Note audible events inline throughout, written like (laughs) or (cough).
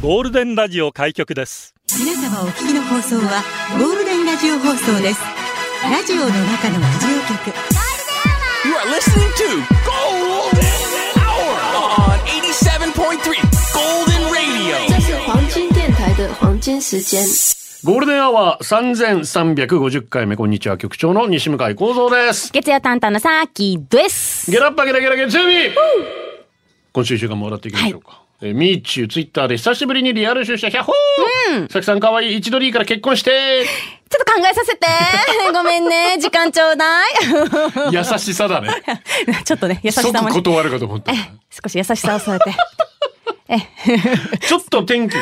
ゴールデンラジオ開局です皆様お聞きの放送はゴールデンラジオ放送ですラジオの中のラジオ局 You are listening to Golden Hour on 87.3 Golden Radio. 这是黄金电台的黄金时间。ゴールデンアワー三千三百五十回目こんにちは局長の西向井光三です。月曜担当のサーキです。ゲラッパゲラゲラゲラ準備。今週一週間もらっていきましょうか。えーミーチューツイッターで久しぶりにリアル出社ヒャッホー。さきさん可愛い一度でいいから結婚して。ちょっと考えさせ (laughs) て。ごめんね。時間ちょうだい。優しさだね。 (laughs) ちょっと (laughs) ね、優しさ即もね、断るかと思っ (laughs) た。少し優しさを添えて。ちょっと天気が。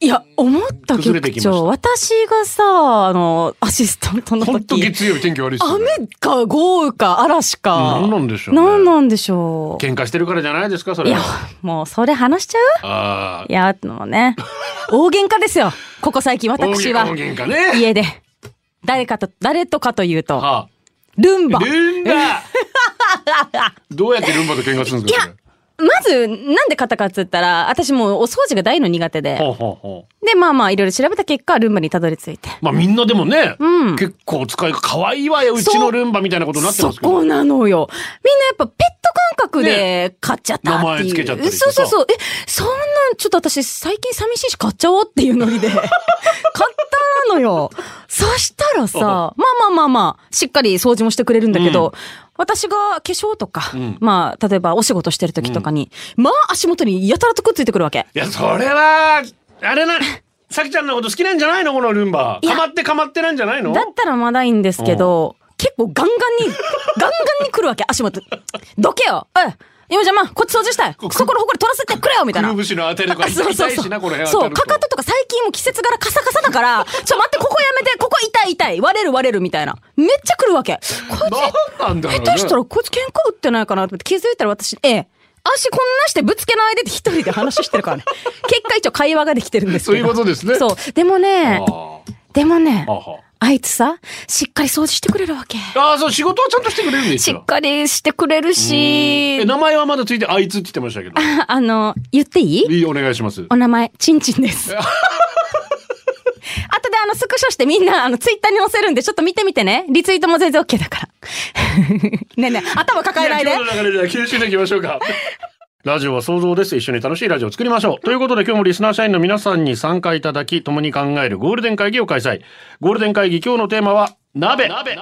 いや、思った崩れて局きました長。私がさ、あの、アシスタントの本当時。月曜日天気悪いですよね。雨か豪雨か嵐か。何なんでしょうね何なんでしょ。喧嘩してるからじゃないですかそういれやは。、もうそれ話しちゃうああ。いや、も (laughs) うね。大喧嘩ですよ。ここ最近私は大。喧嘩ね。家で。誰かと、誰とかというと、はルンバあ。。ルン (laughs) バ。どうやってルンバと喧嘩するんですか。それまず、なんで買ったかっつったら、私もうお掃除が大の苦手で。ほうほうほう。で、まあまあ、いろいろ調べた結果、ルンバにたどり着いて。まあみんなでもね、うん結構使い可愛いわようそうちのルンバみたいなことになってそますけど。こなのよ。みんなやっぱペット感覚で買っちゃったっていう。名前つけちゃったりしてさそうそうそう。え、そんなん、ちょっと私最近寂しいし買っちゃおうっていう (laughs) ノリで。買ったのよ。そしたらさ、うんまあまあまあまあ、しっかり掃除もしてくれるんだけど、私が化粧とか、んまあ、例えばお仕事してる時とかに、まあ足元にやたらとくっついてくるわけ。いやそれはあれな、さきちゃんのこと好きなんじゃないのこのルンバ。かまってかまってなんじゃないの？だったらまだいいんですけど、結構ガンガンに、ガンガンに来るわけ、足元。どけよおい今じゃまあ、こっち掃除したいそこのほこり取らせてくれよみたいなくる。ぶしのあたりとかあそうそう痛いそうしなこの。辺当そたう、るとかかととか最近もう季節柄カサカサだから、ちょ、待って、ここやめて、ここ痛い痛い、割れる割れるみたいな。めっちゃ来るわけ。こいなんなんだろうつ、ね下手したらこいつ喧嘩打ってないかなと思って気づいたら私、ええ。足こんなしてぶつけないでって一人で話して (laughs) るからね。結果一応会話ができてるんですけど。そういうことですねそう。でもね、あでもねあ、はあいつさ、しっかり掃除してくれるわけ。ああーそう仕事はちゃんとしてくれるんですしよっ。かりしてくれるえし、名前はまだついてあいつって言ってましたけど。ああの、言っていいいいお願いします。お名前、ちんちんです。 (laughs) 後であの、スクショしてみんな、あの、ツイッターに載せるんで、ちょっと見てみてね。リツイートも全然 OK だから。 (laughs) ねえねえ、頭抱えないでや。今日の流れでは吸収していきましょう (laughs) か。ラジオは想像です。一緒に楽しいラジオを作りましょう。ということで今日もリスナー社員の皆さんに参加いただき、共に考えるゴールデン会議を開催。ゴールデン会議今日のテーマは、鍋。鍋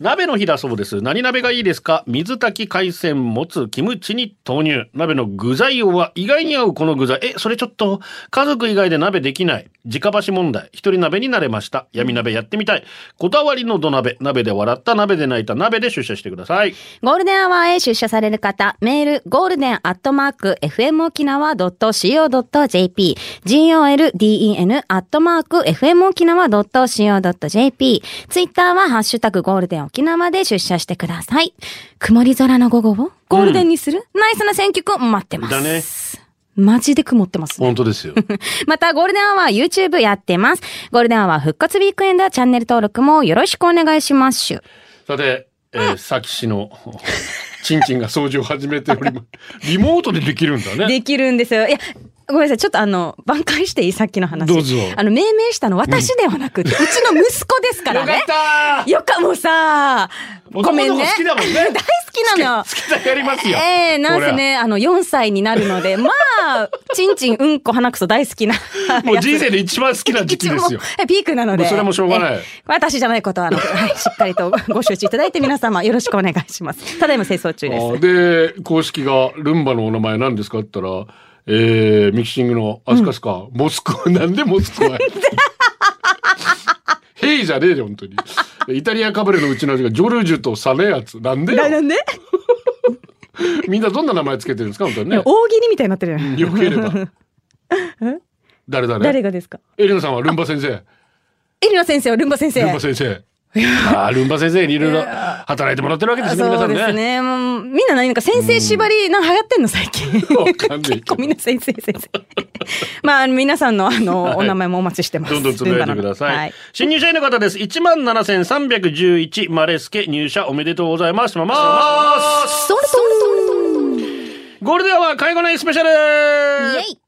鍋の日だそうです。何鍋がいいですか水炊き、海鮮、もつ、キムチに豆乳。鍋の具材用は意外に合うこの具材。え、それちょっと、家族以外で鍋できない。直橋問題。一人鍋になれました。闇鍋やってみたい。こだわりの土鍋。鍋で笑った、鍋で泣いた、鍋で出社してください。ゴールデンアワーへ出社される方、メール、ゴールデンアットマーク、fmokinawa.co.jp、golden アットマーク、fmokinawa.co.jp、ツイッターは、ハッシュタグゴールデン沖縄で出社してください。曇り空の午後をゴールデンにする、ナイスな選曲を待ってます。だね。マジで曇ってますね。本当です (laughs) よ。また、ゴールデンアワー YouTube やってます。ゴールデンアワー復活ウィークエンダーチャンネル登録もよろしくお願いしますしゅ。さて、えー、佐木市の、ちんちんが掃除を始めております。 (laughs) リモートでできるんだね。できるんですよ。いや、ごめんなさい。ちょっとあの、挽回していいさっきの話。どうぞあの、命名したの私ではなくて、うちの息子ですからね。たーよかもうさ、ごめん男ね。の子好きだもんね大好きなの (laughs) 好。きだやりますよ。ええなんせね、あの、4歳になるので、まあ、ちんちん、うんこ、鼻くそ大好きな。これは。もう人生で一番好きな時期ですよ。一応ピークなのもで。うそれはもうしょうがないええ私じゃないことはなく、はい、しっかりとご周知いただいて皆様よろしくお願いします。ただいま清掃中あです。ーで公式が「ルンバのお名前何ですか?」って言ったら、えーミキシングの「アスカスカ、モスクワ」 (laughs) なんでモスクワヘイじゃねえよ本当にイタリアかぶれのうちの味がジョルジュとサネアツなんでだなよんでみんなどんな名前つけてるんですか本当にね大喜利みたいになってるじゃな (laughs) いよけ (laughs) れば誰誰誰がですかエリナさんはルンバ先生エリナ先生はルンバ先生。ルンバ先生あールンバ先生にいろいろ働いてもらってるわけですね、皆そさうんですね。ね。もうみんな何か先生縛りなんか流行ってんの最近。わかんないけど結構みんな先生先生。まああの皆さんのあはいのお名前もお待ちしてます。どんどんつぶやいてください。はい。新入社員の方です。17,311マレスケ入社おめでとうございます。まますトントントントンゴールデンは介護内スペシャルイエイ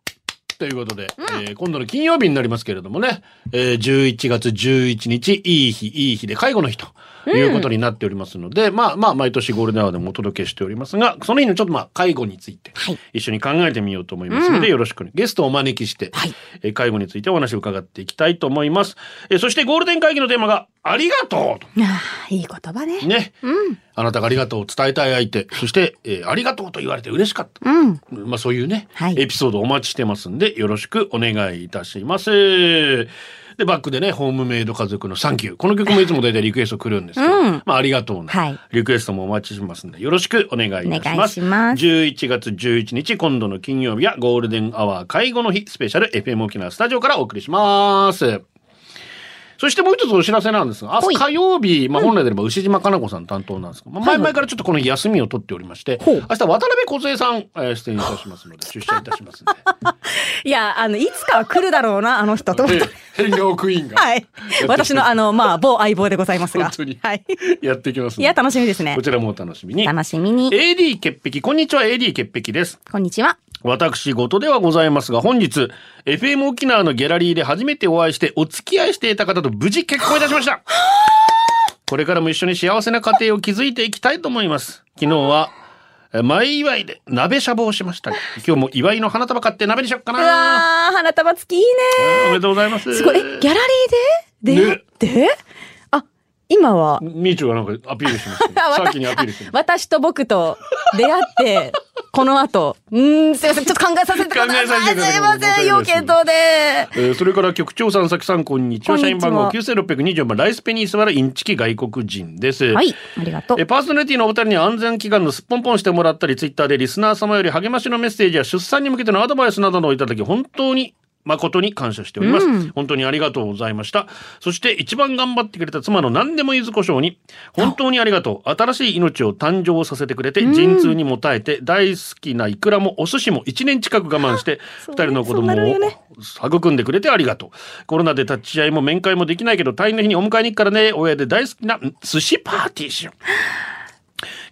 ということで、えー今度の金曜日になりますけれどもね、えー11月11日、いい日、いい日で介護の日ということになっておりますので、まあまあ、毎年ゴールデンアワーでもお届けしておりますが、その日のちょっとまあ、介護について、一緒に考えてみようと思いますので、よろしくね、ゲストをお招きして、はいえー介護についてお話を伺っていきたいと思います。えーそしてゴールデン会議のテーマが、ありがとうとああいい言葉ね。ね、あなたがありがとうを伝えたい相手、そして、えーありがとうと言われて嬉しかった。うん。まあそういうね、はいエピソードお待ちしてますんで、よろしくお願いいたします。で、バックでね、ホームメイド家族のサンキュー。この曲もいつも大体リクエスト来るんですけど、うんまあありがとうな、はいリクエストもお待ちしますんで、よろしくお願いいたします。お願いします11月11日、今度の金曜日はゴールデンアワー介護の日スペシャル FM 沖縄スタジオからお送りします。そしてもう一つお知らせなんですが、明ほい日火曜日、まあ、本来であれば牛島かな子さん担当なんですが、まあ、前々からちょっとこの日休みを取っておりまして、ほ明う日渡辺梢恵さん、えー出演いたしますので、出社いたし (laughs) ますので。いやあのいつかは来るだろうなあの人と思って。変顔クイーンがはい。私のあのまあ某相棒でございますが。本当にはい。やってきますいのやで、楽しみですねこ。ちらもお楽しみに。楽しみに。 AD 潔癖、こんにちは AD潔癖です。こんにちは。私事ではございますが、本日、FM 沖縄のギャラリーで初めてお会いして、お付き合いしていた方と無事結婚いたしました。これからも一緒に幸せな家庭を築いていきたいと思います。昨日は、え前祝いで鍋しゃぶをしましたが。今日も祝いの花束買って鍋にしよっかうな。わあ花束付きいいね。おめでとうございます。すごいえギャラリーで出会って、あ今はみーちゅがなんかアピールして (laughs) ますけど。あわさたっきにアピールしてます。私と僕と出会って、この後、 (laughs) うーん、すいません、ちょっと考えさせてください。考えさせてくださいすいません、要検討で。えーそれから局長さん、佐木さん、こんにちは。こん社にち員は番号9620番、ライスペニースワラインチキ外国人です。はい、ありがとうえ。パーソナリティのお二人に安全祈願のすっぽんぽんしてもらったりツイッターでリスナー様より励ましのメッセージや出産に向けてのアドバイスなどのをいただき本当に誠に感謝しております、本当にありがとうございましたそして一番頑張ってくれた妻の何でも柚子胡椒に本当にありがとう新しい命を誕生させてくれて陣痛にも耐えて大好きなイクラもお寿司も1年近く我慢してそ二う人の子そう供なるをよね育んでくれてありがとうコロナで立ち会いも面会もできないけど退院の日にお迎えに行くからね親で大好きなん寿司パーティーしよう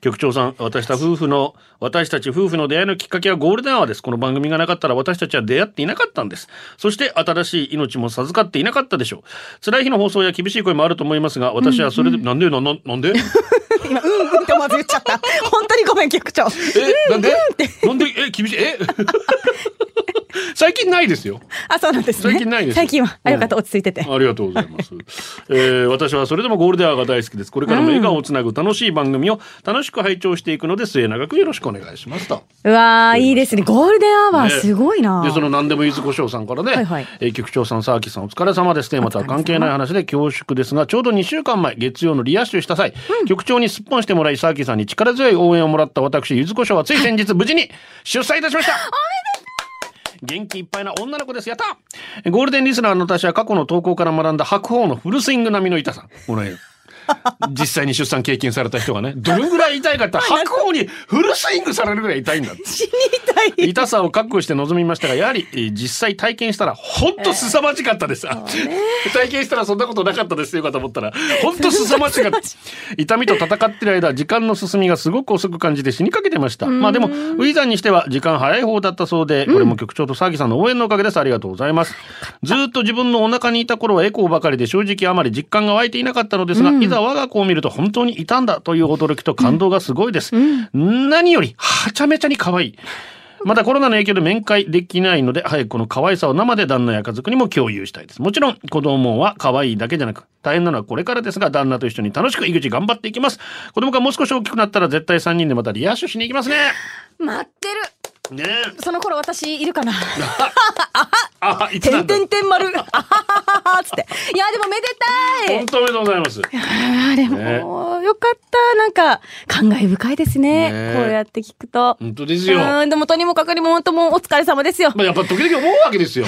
局長さん、私た夫婦の、私たち夫婦の出会いのきっかけはゴールデンアワーです。この番組がなかったら私たちは出会っていなかったんです。そして新しい命も授かっていなかったでしょう。辛い日の放送や厳しい声もあると思いますが、私はそれで、なんでな、な、なんで今、うんうんって思わず言っちゃ (laughs) った。本当にごめん、局長。え、なんでなんでえ、厳しい、え (laughs) 最近ないですよ。あ、そうなんですね。最近ないですよ最近は。あ、よかった、うん落ち着いてて。ありがとうございます。えー私はそれでもゴールデンアワーが大好きです。これからも笑顔をつなぐ楽しい番組を楽しく拝聴していくので、末永くよろしくお願いしますと。うわー、いいですね。ゴールデンアワー、ねすごいなで、。その何でもゆずこしょうさんからね、はいはいえー局長さん、沢木さん、お疲れ様ですね。また関係ない話で恐縮ですが、ちょうど2週間前、月曜のリア集した際、局長にすっぽんしてもらい、沢木さんに力強い応援をもらった私、ゆずこしょうはつい先日、無事に出産いたしました。元気いっぱいな女の子です。やったーゴールデンリスナーの私は過去の投稿から学んだ白鵬のフルスイング並みの痛さ。この実際に出産経験された人がね、どれぐらい痛いかって白鵬にフルスイングされるぐらい痛いんだって。死にたい。痛さを覚悟して臨みましたがやはりえー実際体験したら本当凄まじかったです、 (laughs) 体験したらそんなことなかったですよかと思ったら本当凄まじ (laughs) かった痛みと戦ってる間時間の進みがすごく遅く感じて死にかけてましたまあでもウイザンにしては時間早い方だったそうでこれも局長と沢木さんの応援のおかげですありがとうございますずーっと自分のお腹にいた頃はエコーばかりで正直あまり実感が湧いていなかったのですが、いざ我が子を見ると本当にいたんだという驚きと感動がすごいです、何よりはちゃめちゃに可愛いまたコロナの影響で面会できないので、早くこの可愛さを生で旦那や家族にも共有したいです。もちろん、子供は可愛いだけじゃなく、大変なのはこれからですが、旦那と一緒に楽しく育児頑張っていきます。子供がもう少し大きくなったら、絶対3人でまたリアッシュしに行きますね。待ってる。ねえ。その頃私いるかな。あ、いつてだっんたてんてん丸。あははははつって。いや、でもめでたい本。当おめでとうございます。あでも、よかった。なんか、感慨深いですね。ねこうやって聞くと。本当ですよ。まうん、でも、とにもかくにも、本当もう、お疲れ様ですよ。あ、やっぱ時々思うわけですよ。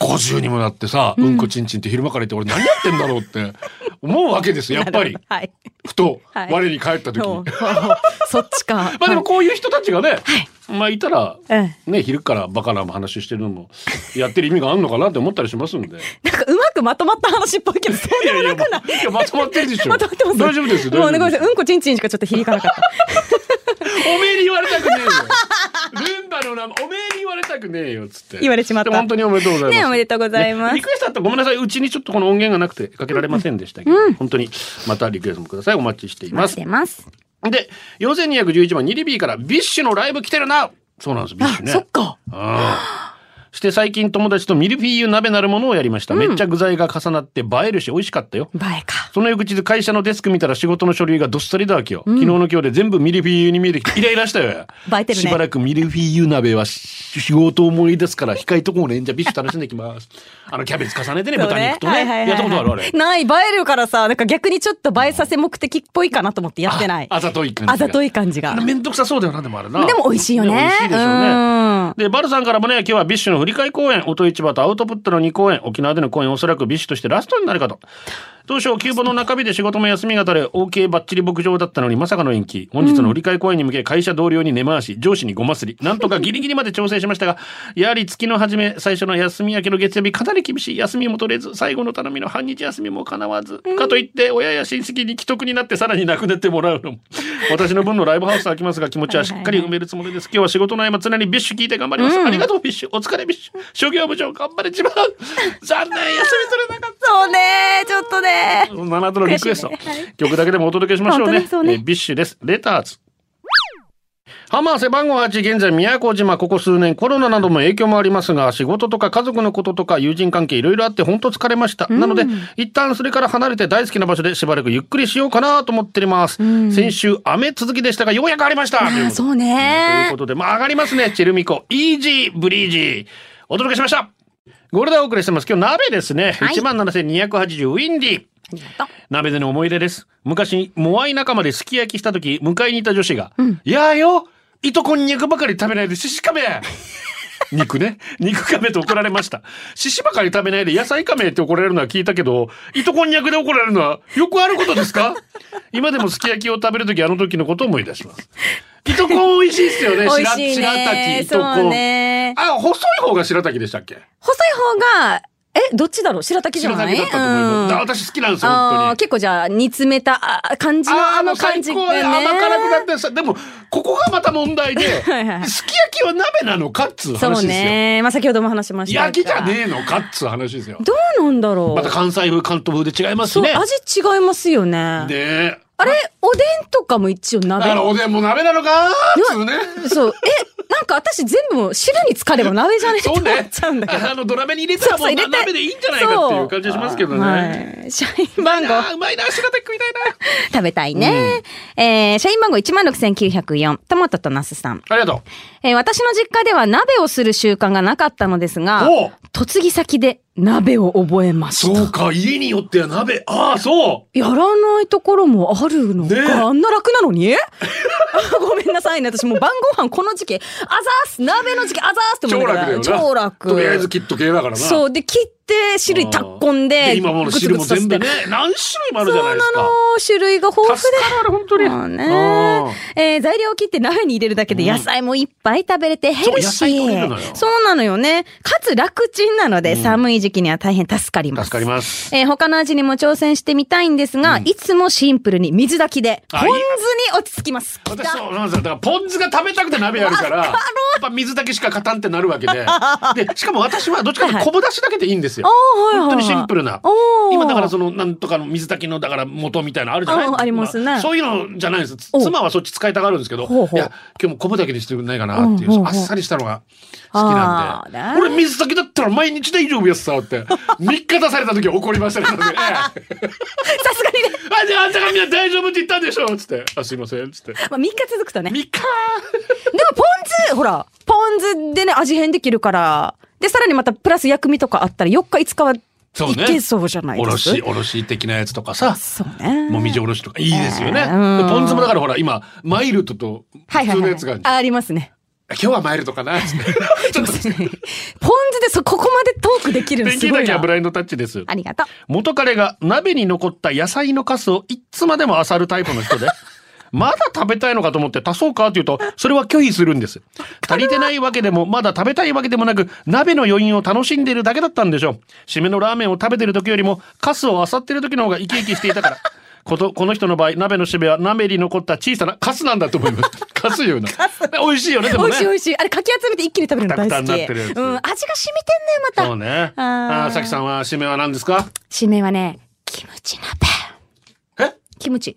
50にもなってさ、うんこちんちんって昼間から言って、俺何やってんだろうって (laughs) 思うわけですやっぱりはい。ふとはい我に返った時そうに (laughs) そっちか。 (laughs) まあでもこういう人たちがね、まあいたらえね昼からバカな話してるのもやってる意味があるのかなって思ったりしますんでなんかうまくまとまった話っぽいけど、そうでもなくない。いやいやまとまってるでしょ (laughs) まとまってます。大丈夫ですよもうね、ご大丈夫でめんなすさい。うんこちんちんしかちょっと響かなかった。おめえに言われたくねえよルンバの名前おめえに言われたくねえよっつって言われちまったでも本当におめでとうございますねおめでとうございますねリクエストあったらごめんなさいうちにちょっとこの音源がなくてかけられませんでしたけど、本当にまたリクエストもくださいお待ちしています出ます。で4211番ニリビーからビッシュのライブ来てるなそうなんですビッあシュ、ねそっか。うんして最近友達とミルフィーユ鍋なるものをやりました、めっちゃ具材が重なって映えるし美味しかったよ映えか。その翌日会社のデスク見たら仕事の書類がどっさりだわけよ、昨日の今日で全部ミルフィーユに見えてきてイライラしたよ映えてるねしばらくミルフィーユ鍋は仕事を思い出すから控えとこうねじゃあビッシュ楽しんできますあのキャベツ重ねてねそう豚肉とね、はいはいはいはいやったことあるあれない、映えるからさ、なんか逆にちょっと映えさせ目的っぽいかなと思ってやってない。あざとい感じがあざとい感じが。めんどくさそうだよなでもあれなでも美味しいよね美味しいでしょううねんでバルさんからもね今日はビッシュの振り替え公演音市場とアウトプットの2公演沖縄での公演おそらくビッシュとしてラストになるかと当初急募の中日で仕事も休みが取れ OK バッチリ牧場だったのにまさかの延期本日の振り替え公演に向け会社同僚に根回し上司にごますりなんとかギリギリまで調整しましたが (laughs) やはり月の初め最初の休み明けの月曜日かなり厳しい休みも取れず最後の頼みの半日休みもかなわずかといって親や親戚に既得になってさらになくなってもらうのも私の分のライブハウスは空きますが気持ちはしっかり埋めるつもりです今日は仕事の合間常にビッシュ聞いて頑張ります、ありがとうビッシュお疲れビッシュ諸行無常頑張れ (laughs) 自慢残念休み取れなかったそうねちょっとねそんなのリクエスト、悔しいねはい曲だけでもお届けしましょう本当ねにそうねえービッシュですレターズハマー背番号8現在宮古島ここ数年コロナなども影響もありますが仕事とか家族のこととか友人関係いろいろあって本当疲れました、なので一旦それから離れて大好きな場所でしばらくゆっくりしようかなと思っています、先週雨続きでしたがようやく晴れましたということでそうというねことで、まあ上がりますね、チェルミコ。イージーブリージー。お届けしました。ゴールデンお送りしてます。今日鍋ですね。はい17,280ウィンディ。ありがと鍋での思い出です。昔、モアイ仲間ですき焼きした時、迎えにいた女子が、いやーよ、糸こんにゃくばかり食べないで、しし (laughs) かめ肉ね。肉亀と怒られました。獅子ばかり食べないで野菜亀って怒られるのは聞いたけど、糸こんにゃくで怒られるのはよくあることですか今でもすき焼きを食べる時あの時のことを思い出し (laughs) ます。糸こん美味しいですよね。う美白味しい白滝、ね糸こ。そうんねあ、細い方が白滝でしたっけ細い方がえどっちだろう白滝じゃ白ない滝だったと思います。うんだ私好きなんですよ、本当あにー。結構じゃあ煮詰めたあ感じのあああのの感最じ高甘辛くなってさでもここがまた問題で (laughs) はい (laughs) はいはいすき焼きは鍋なのかっつうそう話ですよ、ねまあ先ほども話しましたが焼きじゃねえのかっつう話ですよどうなんだろうまた関西風関東風で違いますしそうね味違いますよねねえあれおでんとかも一応だ鍋からおでんも鍋なのかっつうね (laughs) そうえなんか私全部もう汁に浸かれば鍋じゃねえっ (laughs) てそう思っねちゃうんだけどあのドラメに入れたらもそううそう入れて鍋でいいんじゃないかっていう感じがしますけどね、はい。社員番号あーうまいな白滝みたいな食べたいね。えー社員番号16,904。トマトとナスさん。ありがとえー私の実家では鍋をする習慣がなかったのですがおう、嫁ぎ先で鍋を覚えまうしそた。うか家によっては鍋ああそうやらないところもあるのか、ねあんな楽なのに (laughs) ごめんなさいね。私もう晩ご飯この時期、あざーす鍋の時期、あざーすと思超う楽だよな超楽。とりあえず切っとけだからなそう。で、切って、汁にたっこあんーで、今ものグツ汁グもツさせ全て部ね何種類もあるじゃないですそうなかの種類が豊富で助かるあれ本当にまあうんねえー材料を切って鍋に入れるだけで野菜もいっぱい食べれてヘルシそう野菜取れるーのよそうなのよねかつ楽ちんなので寒い時期には大変助かります助かりますえー他の味にも挑戦してみたいんですが、いつもシンプルに水炊きでポあンいい酢に落ち着きますき私たそうなんですよだからポン酢が食べたくて鍋やるからやっぱ水だけしか勝たんってなるわけ (laughs) ででしかも私はどっちかというと昆布だしだけでいいんですよ、あーはいはいは本い当にシンプルなおー今だからそのなんとかの水炊きのだから元みたいなのあるじゃないあーありますねまあそういうのじゃないですお妻はそっち使いたがるんですけどほうほういや今日も昆布だけにしてくれないかなっていう、うんほうほうあっさりしたのが好きなんで、あーね俺水炊きだったら毎日大丈夫やつさ (laughs) って3日出された時は怒りましたねさすがにねあじゃああんたがみんな大丈夫って言ったんでしょつってあすいませんつってまあ、3日続くとね3日でもポン酢、ほら、ポン酢でね、味変できるから。で、さらにまたプラス薬味とかあったら4日5日はそうねいけそうじゃないおでろすか。しおろし的なやつとかさそうね。もみじおろしとかいいですよね、えーうんでポン酢もだからほら今マイルドとは普いは通のいはいやつがあるじゃんあありますね。今日はマイルドかな。ちょ (laughs) っと、ポン酢でそここまでトークできるのペンすキーごだいけはなブ。ラインドタッチです。ありがとう。元彼が鍋に残った野菜のカスをいつまでも漁るタイプの (laughs) 人でまだ食べたいのかと思って足そうかって言うとそれは拒否するんです足りてないわけでもまだ食べたいわけでもなく鍋の余韻を楽しんでいるだけだったんでしょう締めのラーメンを食べてる時よりもカスを漁ってる時の方が生き生きしていたから (laughs) ことこの人の場合鍋の締めは鍋に残った小さなカスなんだと思い (laughs) ますカス言うな美味しいよねでも美ね味しい美味しい。あれかき集めて一気に食べるの大くたくたにな好ってき。るやつうん、味が染みてんねそうまた。ねあーああさきさんは締めは何ですか締めはね、キムチ鍋。えキムチ。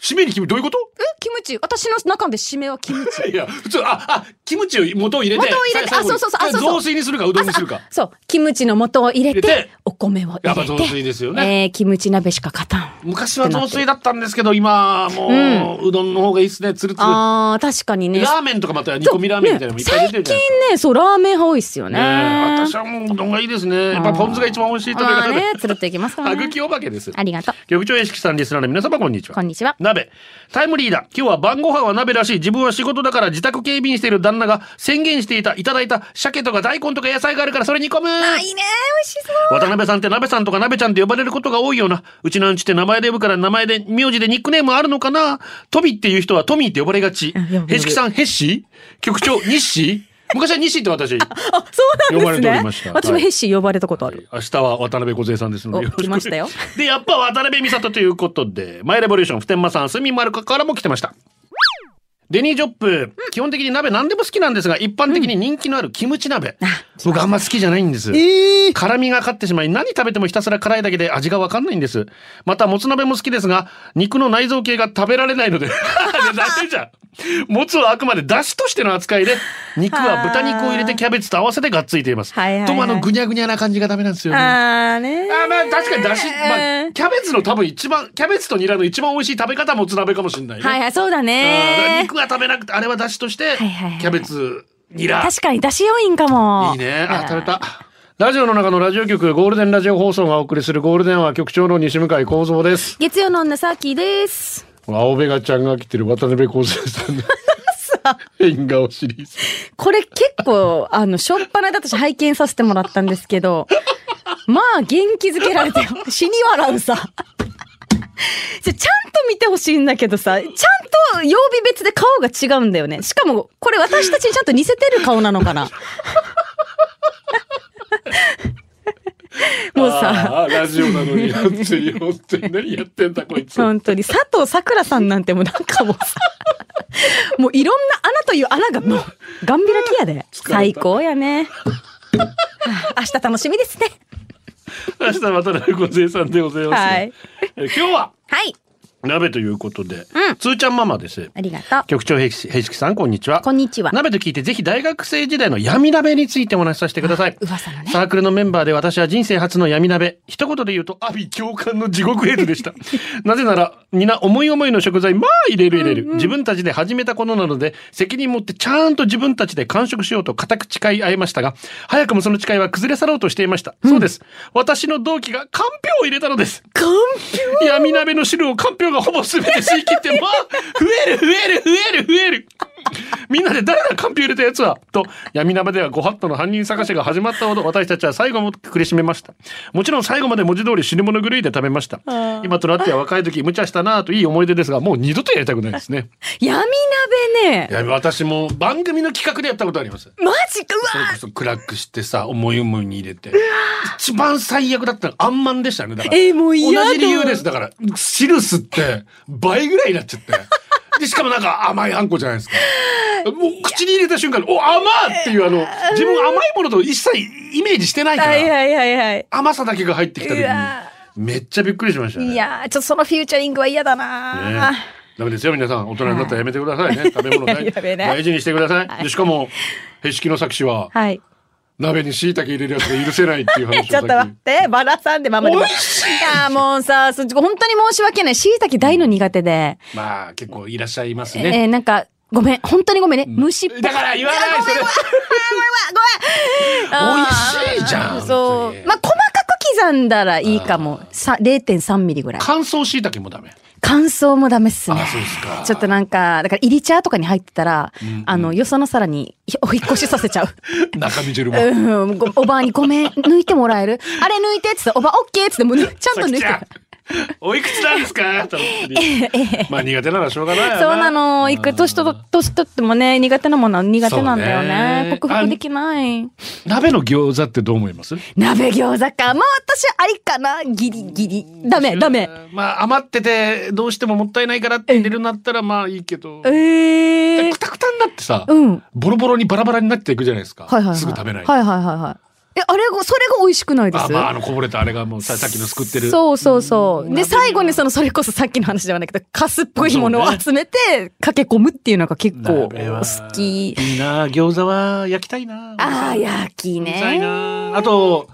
締めに君どういうことえキムチ私の中で締めはキムチ。いや、普通、あ、あ、キムチを元を入れて。元を入れてさ最後にあそうそうそうあそうそう雑炊にするか、うどんにするか。そう、キムチの素を入れて、入れてお米を入れて。やっぱ雑炊ですよねえーキムチ鍋しか勝たん。昔は雑炊だったんですけど、今、もう、うどんの方がいいですね、つるつる。ラあー、確かにね。ーメンとかまた煮込みラーメンみたいなのもいっぱい出てるねじゃ最ない近ね、そう、ラーメン派多いっすよね。ですか。ねえ私はもううどんがいいですね。やっぱポン酢が一番美味しい食べまあ方でね。、つるっといきますからあぐね。きお化けです。ありがとう。局長、屋敷さん、リスナーの皆様、こんにちはこ。んにちは。鍋タイムリーだ今日は晩ご飯は鍋らしい自分は仕事だから自宅警備員している旦那が宣言していたいただいた鮭とか大根とか野菜があるからそれ煮込むあ、いいね。美味しそう。渡辺さんって鍋さんとか鍋ちゃんって呼ばれることが多いよな。うちのうちって名前で呼ぶから名前で、名字でニックネームあるのかなトビっていう人はトミーって呼ばれがち呼ばれ。るヘシキさんヘッシー局長ニッシー (laughs) 昔はニッシーって私。あ、そうなんです呼ばれておね。りました私もヘッシー呼ばれたことある。明日は渡辺梢さんですのでおよろく来まし (laughs) たよで、やっぱ渡辺美里ということで、マイレボリューション、普天間さん、すみまるかからも来てました。デニー・ジョップ、基本的に鍋何でも好きなんですが、一般的に人気のあるキムチ鍋。僕あんま好きじゃないんです。辛みがかってしまい、何食べてもひたすら辛いだけで味がわかんないんです。また、もつ鍋も好きですが、肉の内臓系が食べられないの (laughs) で、ダメじゃん。もつはあくまで出汁としての扱いで、肉は豚肉を入れてキャベツと合わせてがっついています。はいはいはいともあの、ぐにゃぐにゃな感じがダメなんですよね。あーねあーまあ確かにだし、まうあ、んキャベツの多分一番キャベツとニラの一番美味しい食べ方もつ鍋かもしれないね。はいはい、そうだうんだからね肉。は食べなくてあれはだしとして、はいはいはいキャベツニラ確かに、出汁要因かも。いいね。あ食べた。ラジオの中のラジオ局ゴールデンラジオ放送がお送りするゴールデンは局長の西向井光三です。月曜の女、サーキーです。青ベガちゃんが来てる渡辺光三さんの変顔シリーズ。これ結構、あの、しょっぱなで私拝見させてもらったんですけど、 (laughs) まあ、元気づけられてよ。死に笑うさ。 (laughs) ちょちゃんと見てほしいんだけどさ、ちゃんと曜日別で顔が違うんだよね。しかも、これ私たちにちゃんと似せてる顔な (laughs) のかなもうさ、あーラジオなのにやってるよって何やってんだこいつ。本当に佐藤さくらさんなんてもうなんか (laughs) もうさ、もういろんな穴という穴がもう、ガン開きやで。れた最高やね。はあ (laughs) 明日楽しみですね。明日渡辺光三さんでございます。はい。え今日ははい。鍋ということで、うんつーちゃんママです。ありがとう。局長平吉平吉さんこんにちは。こんにちは鍋と聞いてぜひ大学生時代の闇鍋についてお話しさせてください。噂のねサークルのメンバーで私は人生初の闇鍋。一言で言うと、阿鼻共感の地獄絵図で (laughs) した。なぜなら、皆思い思いの食材、まあ入れる入れる。自分たちで始めたことなので、責任持ってちゃんと自分たちで完食しようと固く誓い合いましたが、早くもその誓いは崩れ去ろうとしていました。そうです。私の同期がかんぴょうを入れたのです。かんぴょう闇鍋の汁をかんぴょうがほぼ全て吸い切って、まあ、増える増える増える増える。みんなで誰だかんぴょう入れたやつはと闇鍋ではご法度の犯人探しが始まったほど私たちは最後も苦しめましたもちろん最後まで文字通り死ぬ物狂いで食べました今となっては若い時無茶したなぁといい思い出ですがもう二度とやりたくないですね闇鍋ねい。や私も番組の企画でやったことありますマジかそうれわこそ暗くしてさ思い思いに入れて一番最悪だったのあんまんでしたねだからえーもう嫌だ同じ理由ですだから汁吸って倍ぐらいになっちゃ (laughs) ってでしかもなんか甘いあんこじゃないですかもう口に入れた瞬間にお甘っっていうあの自分甘いものと一切イメージしてないかはいらはいはいはい。甘さだけが入ってきた時にうわめっちゃびっくりしましたねいやー、ちょっとそのフューチャリングは嫌だねなー。ダメですよ皆さん大人になったらやめてくださ (laughs) いね食べ物大やべえね大事にしてくださはいいでしかもへしきの作詞ははい。鍋に椎茸入れるやつが許せないっていう話を (laughs) ちょっと待って、バラさんでママでも。美味しいやーもうさ、そっち本当に申し訳ない。椎茸大の苦手で。まあ結構いらっしゃいますえね。ー、なんか、ごめん。本当にごめんね。虫っぽい。だから言わないそれ。ごめんわごめん。美味しいじゃんあーそ本当にう。まあ、細かく刻んだらいいかも。さ、0.3ミリぐらい。乾燥椎茸もダメ。乾燥もダメっすねあ。そうですかちょっとなんか、だから、入り茶とかに入ってたら、んあの、よその皿にお引っ越しさせち (laughs) ゃう。中身ジェルもうん、ごおばあにごめん、抜いてもらえるあれ抜いてって言ったら、おばあオッケーって言って、もうぬちゃんと抜いて。おいくつなんですかと思ってまあ苦手ならしょうがないよそうなの。いく年と、年取ってもね、苦手なものは苦手なんだよそうね。ね克服できない。鍋の餃子ってどう思います鍋餃子か。まあ私はありかな。ギリギリ。ダメ、ダメ。まあ余っててどうしてももったいないからって入れるんだったらまあいいけどええくたくたになってさ、うん。ボロボロにバラバラになっていくじゃないですか、はいはいはい。すぐ食べない、はいはいはいはい。え、あれが、それが美味しくないですあまああのこぼれたあれがもうささっきのすくってるそうそうそう。で、最後にその、それこそさっきの話ではないけど、カスっぽいものを集めて、駆け込むっていうのが結構鍋は好き。いいな餃子は焼きたいなああ、焼きうるさいね。なあと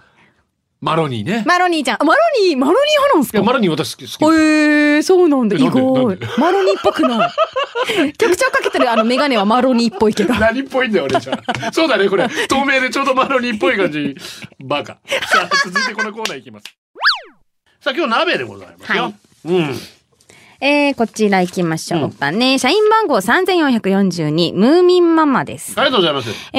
マロニーね、マロニーちゃん。あマロニー、マロニー派なんですいやかマロニー私好き好きへえー、そうなんだ。えな意んでなん外で。 (laughs) マロニーっぽくない。 (laughs) 曲調かけてるあのメガネはマロニーっぽいけど。何っぽいんだよ俺じゃあそうだねこれ透明でちょうどマロニーっぽい感じバ (laughs) カさあ続いてこのコーナーいきますさあ今日鍋でございますよ、はいうんえー、こちら行きましょうかね。社員番号3442、ムーミンママです。ありがとうございます。え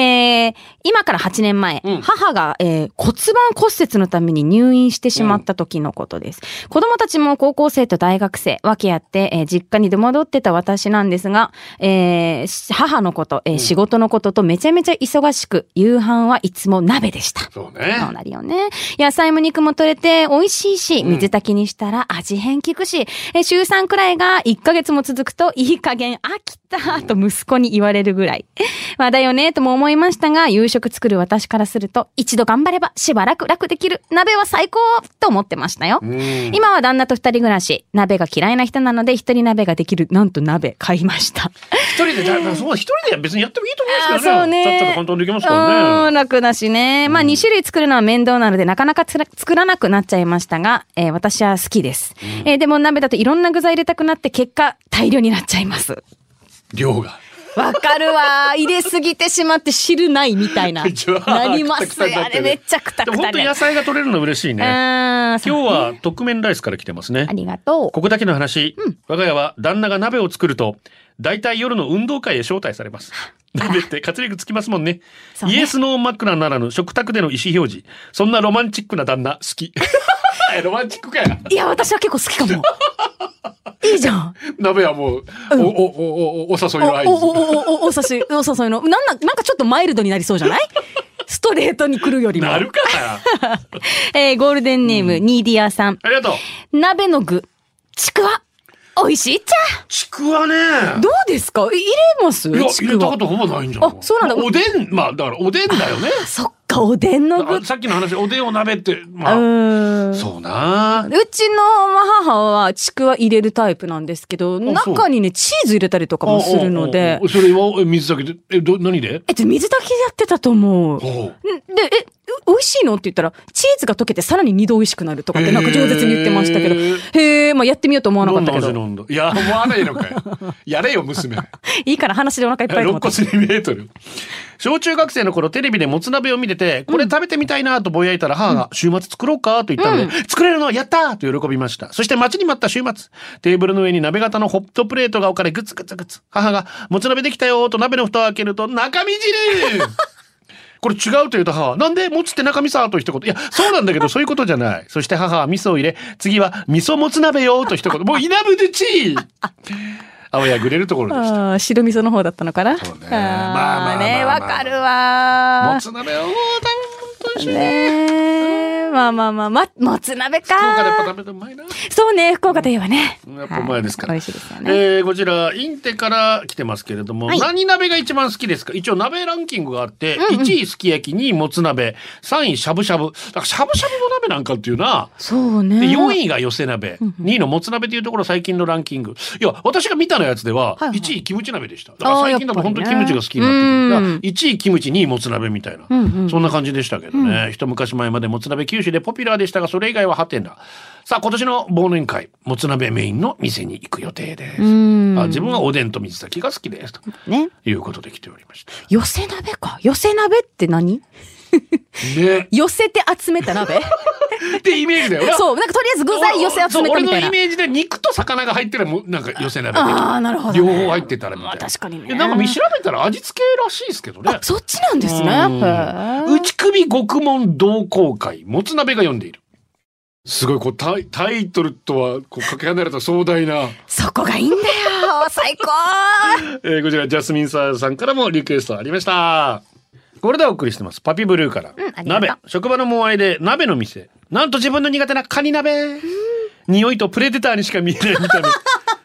ー、今から8年前、うん母が、えー骨盤骨折のために入院してしまった時のことです。子供たちも高校生と大学生、分け合って、えー実家に出戻ってた私なんですが、えーし母のこと、えー仕事のこととめちゃめちゃ忙しく、夕飯はいつも鍋でした。そうそうね。なるよね。野菜も肉も取れて美味しいし、水炊きにしたら味変効くし、え週3くらいが1ヶ月も続くといい加減飽きたと息子に言われるぐらい。まあだよねとも思いましたが、夕食作る私からすると、一度頑張ればしばらく楽できる。鍋は最高と思ってましたよ。うん。今は旦那と二人暮らし、鍋が嫌いな人なので一人鍋ができる、なんと鍋買いました。一人で、だからそう一人で別にやってもいいと思うんあですけどね。ーそうねさっさと簡単にできますからうね。ん、楽だしね。まあ、2種類作るのは面倒なので、なかなかつら作らなくなっちゃいましたが、えー私は好きです。えーでも鍋だといろんな具材入れたくなって、結果、大量になっちゃ (laughs) います。量が。わかるわ。入れすぎてしまって汁ないみたい (laughs) な。じゃあなります。あれめっちゃくたでくも本た当にね。野菜が取れるの嬉しいね。あー今そう日は特麺ライスから来てますねあ。りがとう。ここだけの話、我が家は旦那が鍋を作ると、大体夜の運動会へ招待されます。鍋って活力つきますもんね。そうねイエスノーマックなならぬ食卓での意思表示。そんなロマンチックな旦那、好き。えロマンチックかよ。いや、私は結構好き (laughs) かも。いいじゃん。鍋はもう、お、お、お、お、お誘いおの合図。おおおおおお刺しお刺しのなんなんなんかちょっとマイルドになりそうじゃないストレートに来るよりも。なるかなえーゴールデンネーム、ニーディアさん。ありがとう。鍋の具、ちくわ。美味しいっちちくわね。ゃ。どうですかい入れますいや、ち入れくたわこ。とほぼないんじゃないあそうなんだまおでん、まあ、だからおでんだよね。そっか、おでんの具。あうさっきの話、おでんを鍋って、まあ、ーん。そうな。うちの母はちくわ入れるタイプなんですけど、そう中にね、チーズ入れたりとかもするのでおうおうおう。それはえ水だけで、え、ど、何でえっと、水炊きやってたと思う。んおで、うえ、う美味しいのって言ったら、チーズが溶けてさらに二度美味しくなるとかってなんか饒舌に言ってましたけど、へーへえ、まあやってみようと思わなか飲んっただけ味ど、飲んだ。いや、思わないのかよ。やれよ、娘。いいから話でお腹いっぱいと思肋って骨。2メートル。小中学生の頃テレビでもつ鍋を見てて、これ食べてみたいなとぼやいたら母が週末作ろうかと言ったので、作れるのやったーと喜びました。そして待ちに待った週末、テーブルの上に鍋型のホットプレートが置かれグツグツグツ。母が、もつ鍋できたよーと鍋の蓋を開けると中身 (laughs) 汁これ違うというと母は、なんでもつって中身さと一言。いや、そうなんだけど、そういうことじゃない。そして母は味噌を入れ、次は味噌もつ鍋よーと一言。もう稲ぶでちー (laughs) あわやぐれるところでした。ああ、白味噌の方だったのかな。そうねあーまあまあまあまあね、わかるもわつ鍋を食べ本当にー。ねえまあまあまあ、ま、もつ鍋福岡でやっぱか。食べてうまいな。そうね、福岡といえばね。やっぱうまいですから。はい美味しいですよね。えーこちら、インテから来てますけれども、はい何鍋が一番好きですか一応鍋ランキングがあって、1位すき焼き、2位もつ鍋、3位しゃぶしゃぶ。だからしゃぶしゃぶの鍋なんかっていうな。そうね。で、4位が寄せ鍋、2位のもつ鍋というところ最近のランキング。いや、私が見たのやつでは、いはい1位キムチ鍋でした。だから最近だとあーや本当っぱにりねキムチが好きになってうくんる。1位キムチ、2位もつ鍋みたいな、んうんそんな感じでしたけどね。一昔前までもつ鍋九州でポピュラーでしたが、それ以外はハテナ。さあ、今年の忘年会、もつ鍋メインの店に行く予定です。んあ自分はおでんと水炊きが好きです。とね。いうことで来ておりました。寄せ鍋か。寄せ鍋って何ね。 (laughs) 寄せて集めた鍋ってイメージだよな。そうなんかとりあえず具材寄せ集めたみたそう俺のイいなメージで肉と魚が入ってるもうなんか寄せ鍋的ああなるほど両方入ってたらみまたあいな。確かにえねなんか見調べたら味付けらしいですけどねあ。そっちなんですねへうんー内首獄門同好会、もつ鍋が読んでいる。すごい、こうタイタイトルとはこうかけ離れた壮大な、そこがいいんだよ最高えーこちらジャスミンサーさんからもリクエストありました。これでお送りしてます。パピブルーから。んありがとう鍋、職場のもあいで鍋の店。なんと自分の苦手なカニ鍋。匂いとプレデターにしか見えない見 (laughs) た目。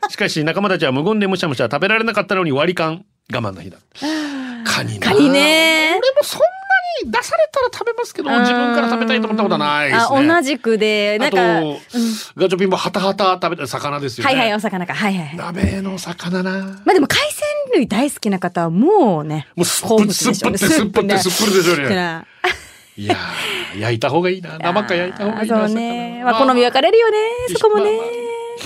しかし仲間たちは無言でむしゃむしゃ食べられなかったのに割り勘。我慢の日だ。カニなカニね俺もそんなに出されたら食べますけど自分から食べたいと思ったことはないですね。あ同じくでなんかあと、ガチョピンもハタハタ食べた魚ですよはね。いはいお魚かはいはいはい鍋の魚な。まあでも海鮮類大好きな方はもうねもうすっぽすっぽってすっぽってすっぽるでしょうね。ねいやー焼いた方がいいな。生か焼いた方がいいな。そうね。魚 (laughs) まあ、好み分かれるよね。一緒そこもねまあ。まあ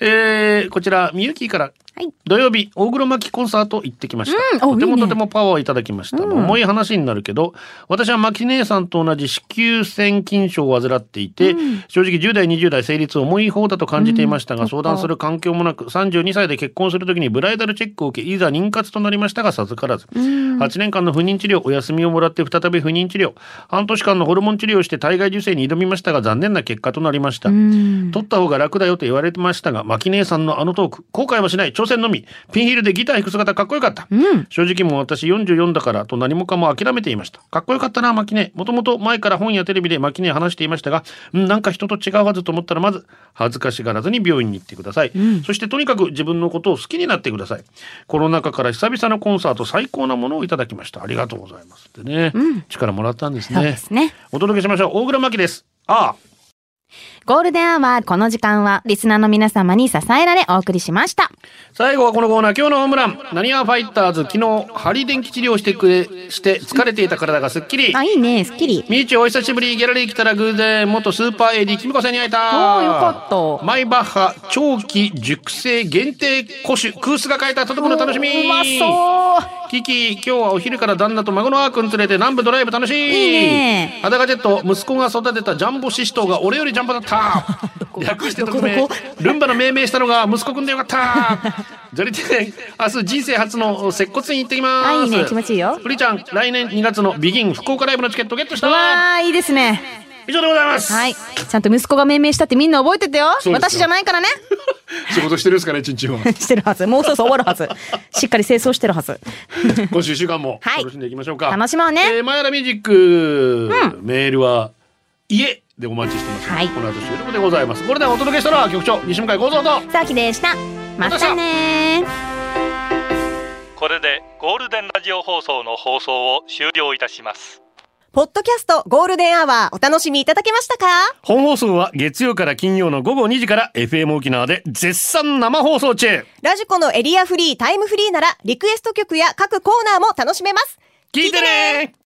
えーこちらみゆきから。はい土曜日大黒摩季コンサート行ってきました、うんおとてもいいねとてもパワーをいただきました、うんもう重い話になるけど私は牧姉さんと同じ子宮腺筋症を患っていて、正直10代20代成立重い方だと感じていましたが、うん相談する環境もなく32歳で結婚するときにブライダルチェックを受けいざ妊活となりましたが授からず、8年間の不妊治療お休みをもらって再び不妊治療半年間のホルモン治療をして体外受精に挑みましたが残念な結果となりました、うん取った方が楽だよと言われてましたが、マキ姉さんのあのトーク、後悔はしない、挑戦のみ、ピンヒールでギター弾く姿かっこよかった。うん。正直もう私44だからと何もかも諦めていました。かっこよかったな、マキネ。もともと前から本やテレビでマキネ話していましたが、うん、なんか人と違うはずと思ったらまず、恥ずかしがらずに病院に行ってください。そしてとにかく自分のことを好きになってください。コロナ禍から久々のコンサート、最高なものをいただきました。ありがとうございます。でね、力もらったんですそうでね。すね。お届けしましょう。大倉マキです。ああ。ゴールデンアワー、この時間は、リスナーの皆様に支えられお送りしました。最後はこのコーナー、今日のホームラン。なにわファイターズ、昨日、ハリ電気治療をしてくれ、して疲れていた体がすっきり。あ、いいね、スッキリ。みーちお久しぶり、ギャラリー来たら偶然、元スーパー AD、キミコさんに会えた。おーよかったマイバッハ、長期熟成限定古酒、クースが変えたとてもの楽しみ。うまそうキキ、今日はお昼から旦那と孫のあーくん連れて南部ドライブ楽しい。いいね裸ジェット、息子が育てたジャンボシシトウが俺よりジャンボだ (laughs) った。略して特ど命こど、ルンバの命名したのが息子くんでよか (laughs) った。ジャリテ明日人生初の接骨院行ってきます。あいいね気持ちいいよプリちゃん、来年2月のビギン福岡ライブのチケットゲットしたうわー、いいですね。以上でございます。はい。ちゃんと息子が命名したってみんな覚えててよ。そうですよ私じゃないからね。 (laughs) 仕事してるんですかね、一日は。してるはず。もうそろそろ終わる (laughs) はず。しっかり清掃してるはず。今週一週間もはい楽しんでいきましょうか。楽しもうね。えー、マヤラミュージック、メールは家でお待ちしてます、はいこの後収録でございますこれでお届けしたのは局長西向井幸三とさあきでした。またねー。これでゴールデンラジオ放送の放送を終了いたしますポッドキャストゴールデンアワーお楽しみいただけましたか本放送は月曜から金曜の午後2時から FM 沖縄で絶賛生放送中ラジコのエリアフリー、タイムフリーならリクエスト曲や各コーナーも楽しめます。聞いてね